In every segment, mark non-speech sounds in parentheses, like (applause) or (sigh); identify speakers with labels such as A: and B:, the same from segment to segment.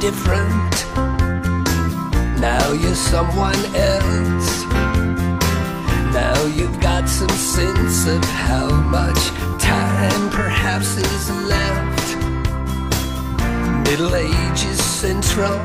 A: different. Now you're someone else. Now you've got some sense of how much time perhaps is left. Middle age is central.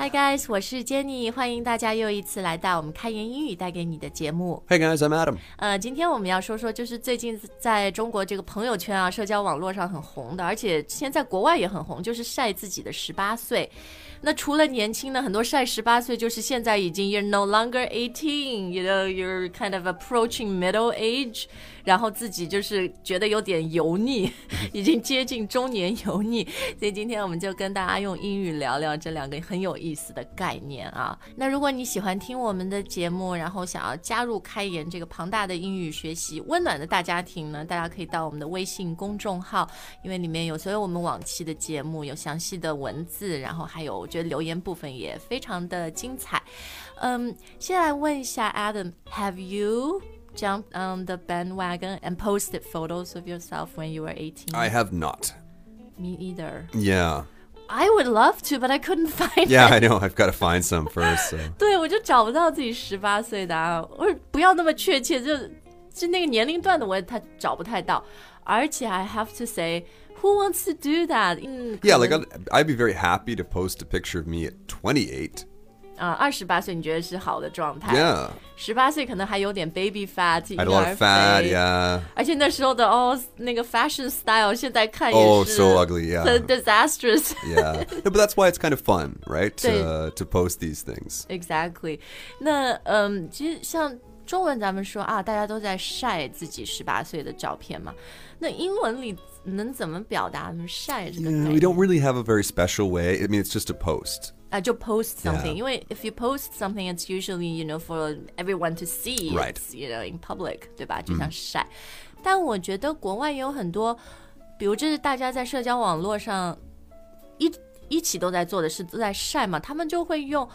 B: Hi guys，我是 Jenny，欢迎大家又一次来到我们开言英语带给你的节目。
C: Hey guys, I'm Adam.
B: 呃，今天我们要说说，就是最近在中国这个朋友圈啊、社交网络上很红的，而且现在国外也很红，就是晒自己的十八岁。那除了年轻呢，很多晒十八岁，就是现在已经 you're no longer eighteen，you know you're kind of approaching middle age，然后自己就是觉得有点油腻，已经接近中年油腻。所以今天我们就跟大家用英语聊聊这两个很有意思的概念啊。那如果你喜欢听我们的节目，然后想要加入开言这个庞大的英语学习温暖的大家庭呢，大家可以到我们的微信公众号，因为里面有所有我们往期的节目，有详细的文字，然后还有我觉得留言部分也非常的精彩。嗯，Um, 先来问一下 Adam，Have you jumped on the bandwagon and posted photos of yourself when you were 18?
C: I have not.
B: Me either.
C: Yeah.
B: I would love to, but I couldn't (laughs) find
C: Yeah,
B: it.
C: I know. I've got to find some first. So.
B: 对，我就找不到自己十八岁的啊，我不要那么确切，就就那个年龄段的我也他找不太到。而且 I have to say, who wants to do that？嗯，
C: Yeah, like
B: 可能
C: I'd, I'd be very happy to post a picture of me at 28.
B: 啊，二十八岁你觉得是好的状态？
C: Yeah.
B: 十八岁可能还有点 baby fat，
C: I had
B: 婴
C: a lot
B: 儿
C: of fat.
B: 肥
C: Yeah.
B: 而且那时候的哦，那个 fashion style 现在看也
C: Oh,
B: 是
C: so ugly, yeah.
B: 很 disastrous。 (laughs)
C: Yeah. no, but that's why it's kind of fun, right?
B: Dude.
C: To, uh, to post these things.
B: Exactly，那嗯，其实像中文咱们说啊，大家都在晒自己十八岁的照片嘛，那英文里能怎么表达呢？晒这个
C: Yeah,
B: 概
C: we
B: 念
C: don't really have a very special way. I mean, it's just a post.
B: 啊，就 post something，、
C: Yeah.
B: 因为 if you post something，it's usually you know for everyone to see，it's
C: Right. 嗯
B: you know in public，对吧？就像晒，但我觉得国外也有很多，比如这是大家在社交网络上一一起都在做的事，都在晒嘛，他们就会用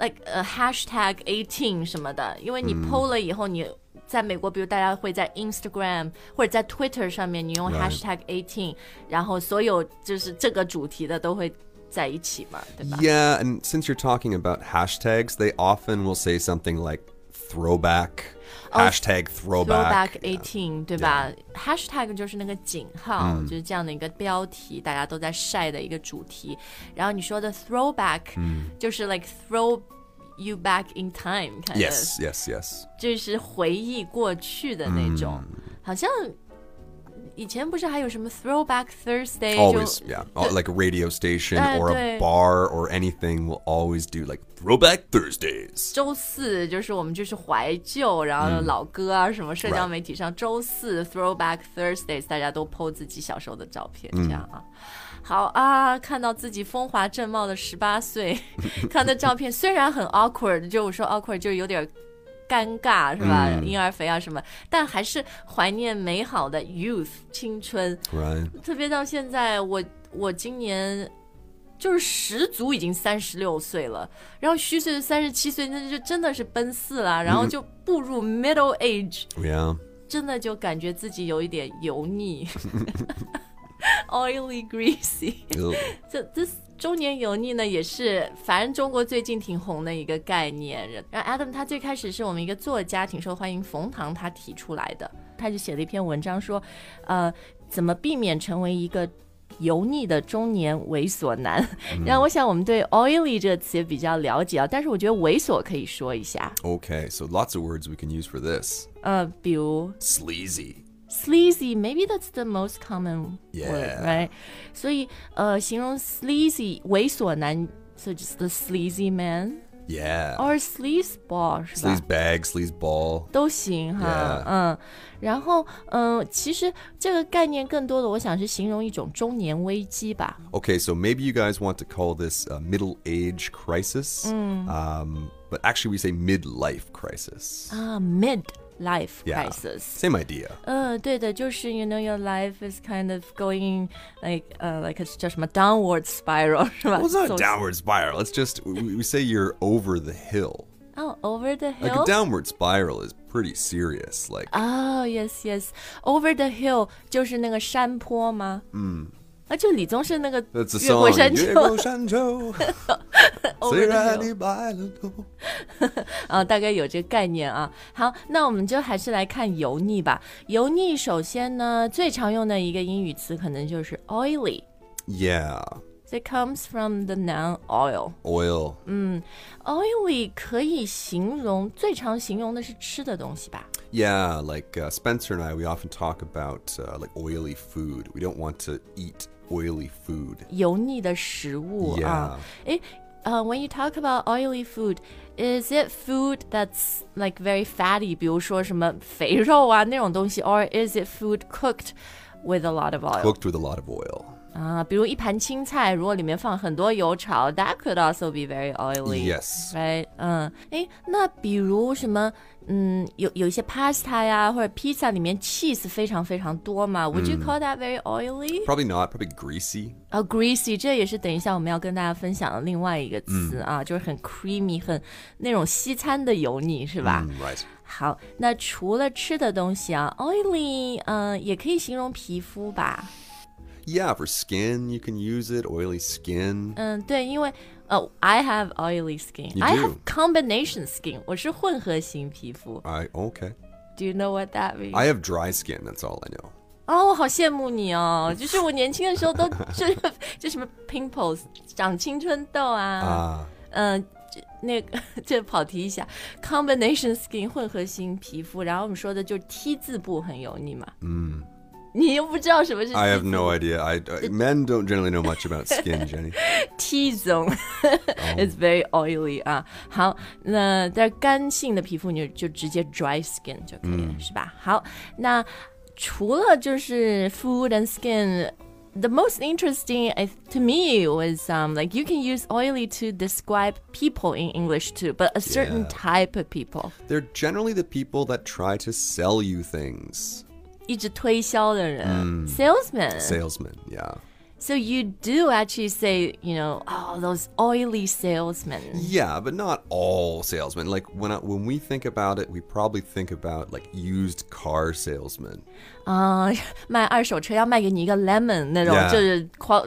B: like 呃 hashtag eighteen 什么的，因为你
C: 嗯
B: PO 了以后你。在美国，比如大家会在 Instagram 或者在 Twitter 上面，你用
C: Right.
B: hashtag eighteen，、然后所有就是这个主题的都会在一起嘛，对吧
C: Yeah, and since you're talking about hashtags, they often will say something like throwback, hashtag throwback.
B: Throwback eighteen，对吧？Hashtag 就是那个井号，
C: 嗯
B: 就是这样的一个标题，大家都在晒的一个主题。然后你说的 throwback，就是
C: 嗯
B: like throw you back in time，kind of
C: Yes, yes, yes.
B: 就是回忆过去的那种。
C: 嗯
B: 好像以前不是还有什么 Throwback Thursday，
C: Always,
B: 就
C: yeah. Oh, Like a radio station
B: Uh,
C: or
B: 对。
C: a bar or anything will always do like throwback Thursdays.
B: 周四就是我们就是怀旧，然后老歌啊什么，社交
C: Right
B: 媒体上周四 Throwback Thursdays，大家都 PO 自己小时候的照片，这样啊。好啊，看到自己风华正茂的十八岁，看的照片虽然很 awkward，就我说 awkward 就是有点尴尬是吧？婴儿肥啊什么，但还是怀念美好的 youth 青春。
C: Right.
B: 特别到现在，我我今年就是十足已经三十六岁了，然后虚岁是三十七岁，那就真的是奔四了，然后就步入 middle age，、
C: Yeah.
B: 真的就感觉自己有一点油腻 (laughs) ，oily greasy。 (laughs)
C: Ew.
B: 这这中年油腻呢，也是反正中国最近挺红的一个概念。然后 Adam 他最开始是我们一个作家，挺受欢迎冯唐他提出来的，他就写了一篇文章说，呃，怎么避免成为一个。油腻的中年猥琐男， (laughs) 然后我想我们对 oily 这个词也比较了解啊，但是我觉得猥琐可以说一下，
C: Okay, so lots of words we can use for this.
B: 呃，比如
C: Sleazy.
B: sleazy maybe that's the most common word
C: Yeah.
B: right 所以呃形容 sleazy 猥琐男 so just the sleazy man
C: Yeah.
B: or sleazeball 是吧
C: Sleaze bag, sleaze ball.
B: 都行哈
C: Yeah.
B: 嗯，然后嗯、呃其实这个概念更多的，我想是形容一种中年危机吧。
C: Okay, so maybe you guys want to call this a middle age crisis,
B: Mm.
C: um, but actually we say midlife crisis.
B: 啊、m i d life
C: Yeah.
B: crisis，
C: Same idea.
B: 嗯，对的，就是 you know your life is kind of going like 呃、like a- 叫什么 downward spiral 是吧？
C: Well, Oh, it's not a
B: 走
C: downward spiral. It's just we, we say you're over the hill.
B: 哦、over the hill，
C: Like a downward spiral is pretty serious. Like
B: ？Oh, 哦、y e s yes，over the hill 就是那个山坡吗？嗯，啊，就李宗盛那个
C: That's the
B: 越过
C: song.
B: 山丘
C: 啊越过山丘虽
B: Over the
C: 然
B: Hill
C: 你白了头
B: (laughs) 啊，大概有这个概念啊。好，那我们就还是来看油腻吧。油腻，首先呢，最常用的一个英语词可能就是 oily。
C: Yeah,
B: It comes from the noun oil.
C: oil.
B: Mm. Oily 可以形容，最常形容的是吃的东西吧？
C: Yeah, like uh, Spencer and I, we often talk about uh, like oily food. We don't want to eat oily food.
B: 油腻的食物啊。诶，呃，When you talk about oily food, is it food that's like very fatty？比如说什么肥肉啊 (laughs) 那种东西，or is it food cooked with a lot of oil？
C: Cooked with a lot of oil.
B: 啊，比如一盘青菜，如果里面放很多油炒，that could also be very oily。
C: Yes.
B: Right，嗯，诶，那比如什么，嗯，有有一些 pasta 呀，或者 pizza 里面 cheese 非常非常多嘛，Would
C: Mm。
B: you call that very oily？
C: Probably not. Probably greasy.
B: 啊、g r e a s y 这也是等一下我们要跟大家分享的另外一个词啊，就是很 creamy，很那种西餐的油腻，是吧？
C: Mm, right.
B: 好，那除了吃的东西啊，oily，嗯、也可以形容皮肤吧？
C: Yeah, for skin, you can use it. Oily skin.
B: 嗯，对，因为呃、i have oily
C: You
B: skin，I have
C: do.
B: combination skin，我是混合型皮肤。
C: I okay.
B: Do you know what that means？
C: I have dry skin. That's all I know.
B: 哦，我好羡慕你哦！就是我年轻的时候都这这什么 pimples 长青春痘啊，
C: Ah,
B: 嗯、这那个 (laughs) 这跑题一下，combination skin 混合型皮肤，然后我们说的就是 T 字部很油腻嘛，嗯，你又不知道什么是 T
C: I have
B: 字
C: no idea. I, I men don't generally know much
B: (laughs)
C: about skin, Jenny.
B: T zone is very oily 啊。好，那但是干性的皮肤你就就直接 dry skin 就可以了，是吧？好，那除了就是 food and skin。The most interesting I- to me was um, like you can use oily to describe people in English too, but a certain
C: Yeah.
B: type of people.
C: They're generally the people that try to sell you things.
B: 一直推销的人、s a l e s m a n
C: Salesmen, yeah.
B: So you do actually say, you know, oh, those oily salesmen.
C: Yeah, but not all salesmen. Like when I, when we think about it, we probably think about like used car salesmen.
B: 啊、卖二手车要卖给你一个 lemon 那种
C: Yeah.
B: 就是 qual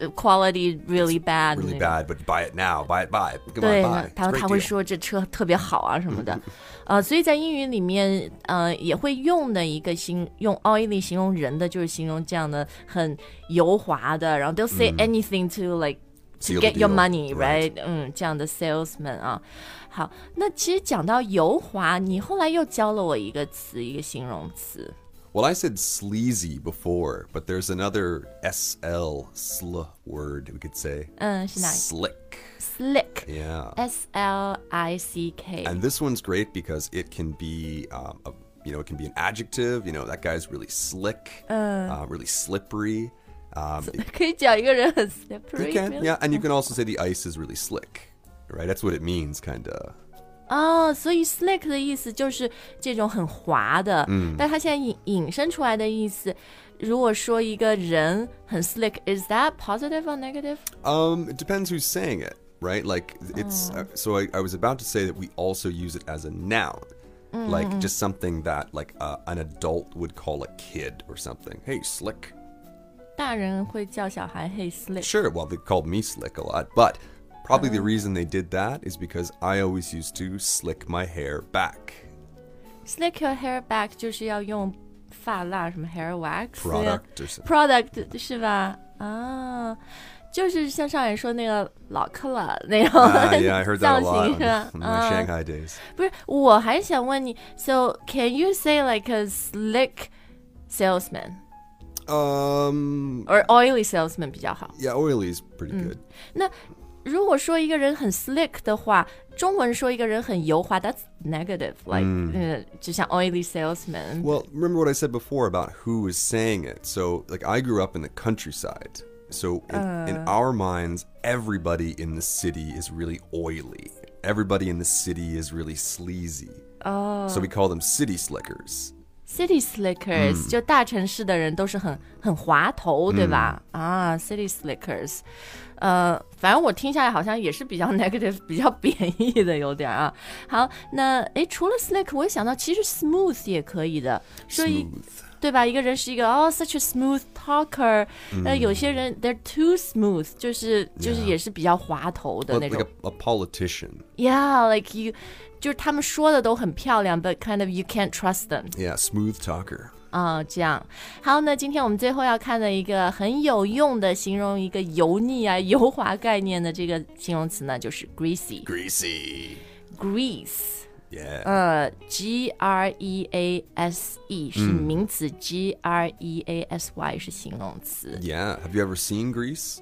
B: 呃 quality really bad 那种。
C: Really bad, but buy it now. Buy it, buy it. Come
B: 对
C: on, buy
B: 呢
C: it.，
B: 他
C: It's a
B: 他
C: great
B: 会
C: deal.
B: 说这车特别好啊什么
C: (laughs)
B: 的，呃，所以在英语里面，呃，也会用的一个形用 oily 形容人的，就是形容这样的很油滑的，然后 they'll say anything to like to
C: Seal 嗯 the
B: get your
C: deal,
B: money right，
C: right.
B: 嗯，这样的 salesman 啊。好，那其实讲到油滑，你后来又教了我一个词，一个形容词。
C: Well, I said sleazy before, but there's another SL sl word we could say.
B: 嗯，是哪一个
C: Slick.
B: slick。
C: Yeah.
B: S L I C K。
C: And this one's great because it can be, um, a, you know, it can be an adjective. You know, that guy's really slick, uh, really slippery. Um, it-
B: (laughs) 可以讲一个人很 slippery。
C: you can, yeah, and you can also say the ice is really slick, right? That's what it means, kind of.
B: 哦，所以 slick 的意思就是这种很滑的。嗯。但它现在引引申出来的意思，如果说一个人很 slick，is that positive or negative？
C: Um, it depends who's saying it, right? Like it's uh, so. I, I was about to say that we also use it as a noun, like just something that like uh, an adult would call a kid or something. Hey, slick.
B: 大人会叫小孩 hey slick。
C: Sure. Well, they called me slick a lot, but probably the reason they did that is because I always used to slick my hair back.
B: Slick your hair back 就是要用发蜡什么 hair wax 呀
C: Product or something.
B: product 是吧？啊，就是像上海说那个老克了那种
C: Ah, yeah, I heard
B: (laughs) 造
C: that a lot
B: 型是
C: on,
B: 吧
C: on？my (laughs)
B: 啊，
C: Shanghai days.
B: 不是，我还想问你，so can you say like a slick salesman
C: Um,
B: or oily salesman 比较好？
C: yeah, oily is pretty good.
B: 那如果说一个人很 slick 的话，中文说一个人很油滑，that's negative，like、呃，就像 oily salesman。
C: Well, remember what I said before about who is saying it. So, like, I grew up in the countryside. So, in, in our minds, everybody in the city is really oily. Everybody in the city is really sleazy. Oh. So, we call them city slickers.
B: City
C: 嗯
B: slickers、就大城市的人都是很很滑头，对吧？
C: 嗯
B: 啊，city slickers，呃，反正我听下来好像也是比较 (laughs) negative，比较贬义的，有点儿啊。好，那诶，除了 slick，我也想到其实 smooth 也可以的，说一
C: Smooth.
B: 对吧？一个人是一个哦，such a smooth talker，那、
C: 嗯
B: 有些人 they're too smooth，就是就是也是比较滑头的
C: But
B: 那
C: like
B: 种。
C: a, a politician.
B: Yeah，like you，就是他们说的都很漂亮，but kind of you can't trust them。
C: Yeah, smooth talker.
B: 啊、这样。好，那今天我们最后要看的一个很有用的形容一个油腻啊、油滑概念的这个形容词呢，就是 greasy。
C: Greasy.
B: grease，
C: Yeah.
B: 呃，g r e a s e 是名词、g r e a s y 是形容词。
C: yeah. Have you ever seen Grease?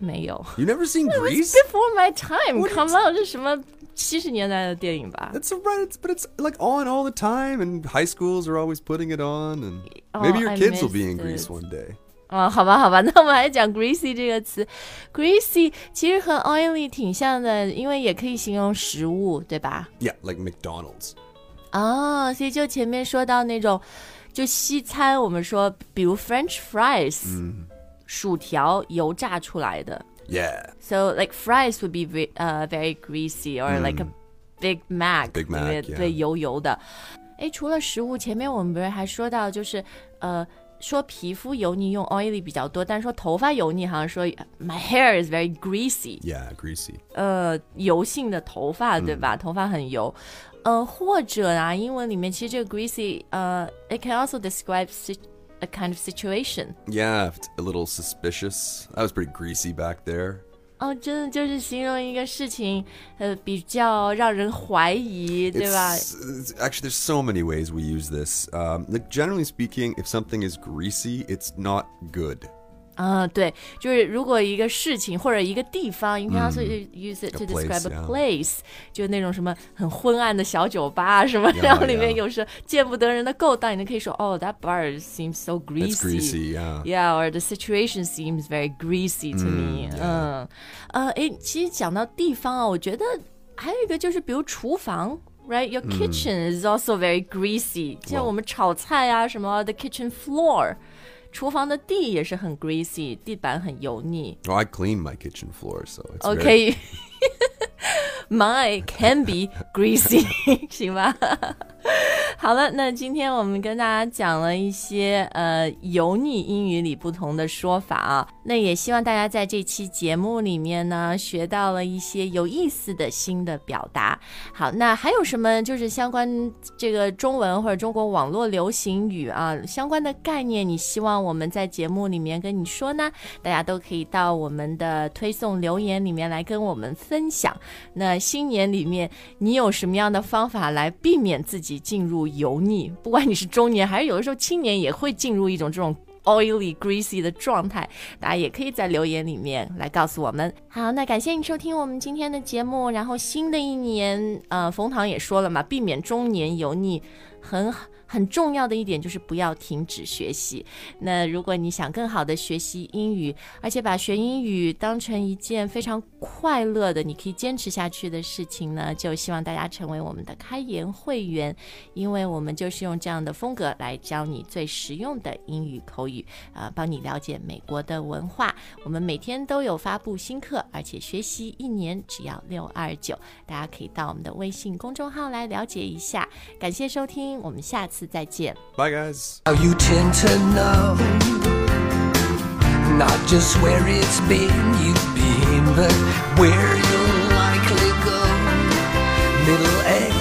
B: 没有
C: You've never seen Grease?
B: ，Before my time，come on，这什么七十年代的电影吧？
C: It's a right, it's, but it's like on all the time, and high schools are always putting it on, and maybe
B: Oh,
C: your
B: I
C: kids will be in
B: missed
C: Greece
B: it.
C: one day.
B: 啊，好吧，好吧，那我们来讲 greasy 这个词。greasy 其实和 oily 挺像的，因为也可以形容食物，对吧？
C: Yeah, like McDonald's.
B: 哦，所以就前面说到那种，就西餐，我们说，比如 French fries，、薯条油炸出来的。
C: Yeah,
B: So like fries would be very, uh, very greasy or like a Big Mac，
C: Big
B: 对不对
C: Mac，yeah
B: 对，油油的。哎，除了食物，前面我们不是还说到，就是呃，说皮肤油腻用 oily 比较多，但是说头发油腻，好像说 my hair is very greasy，
C: yeah, greasy.
B: 呃，油性的头
C: 嗯
B: 发，对吧？头发很油。呃，或者啊，英文里面其实这个 greasy，呃，it can also describe sit- a kind of situation。
C: Yeah, if it's a little suspicious. I was pretty greasy back there.
B: 哦，真的就是形容一个事情，呃，比较让人怀疑，对吧？
C: It's, it's- actually, there's so many ways we use this. Um, like generally speaking, if something is greasy, it's not good.
B: 嗯，对，就是如果一个事情或者一个地方，you can also use it to
C: 嗯 A place,
B: describe a
C: yeah.
B: place，就那种什么很昏暗的小酒吧什么，
C: Yeah,
B: 然后里面
C: yeah.
B: 有时候见不得人的勾当，你就可以说，哦，that bar seems so
C: It's greasy, yeah.
B: Yeah, or the situation seems very greasy to me.
C: Mm,
B: 嗯，呃，诶，其实讲到地方啊，我觉得还有一个就是，比如厨房，right? Your
C: Mm.
B: kitchen is also very greasy. 像我们炒菜啊，什么 the kitchen floor，厨房的地也是很 greasy，地板很油腻。
C: Oh, I clean my kitchen floor, so it's very-
B: Okay. 哦 (laughs) My can be greasy，行 (laughs) 吧？好了，那今天我们跟大家讲了一些呃油腻英语里不同的说法啊，那也希望大家在这期节目里面呢学到了一些有意思的新的表达。好，那还有什么就是相关这个中文或者中国网络流行语啊相关的概念，你希望我们在节目里面跟你说呢？大家都可以到我们的推送留言里面来跟我们分享。那新年里面，你有什么样的方法来避免自己进入油腻？不管你是中年，还是有的时候青年，也会进入一种这种 oily、greasy 的状态。大家也可以在留言里面来告诉我们。好，那感谢你收听我们今天的节目。然后新的一年，呃，冯唐也说了嘛，避免中年油腻，很很重要的一点就是不要停止学习。那如果你想更好的学习英语，而且把学英语当成一件非常快乐的、你可以坚持下去的事情呢，就希望大家成为我们的开言会员，因为我们就是用这样的风格来教你最实用的英语口语，啊、帮你了解美国的文化。我们每天都有发布新课，而且学习一年只要六二九，大家可以到我们的微信公众号来了解一下。感谢收听，我们下次再见。
C: Bye, guys.
A: How you tend to know not just where it's been you've been, but where you'll likely go. Middle age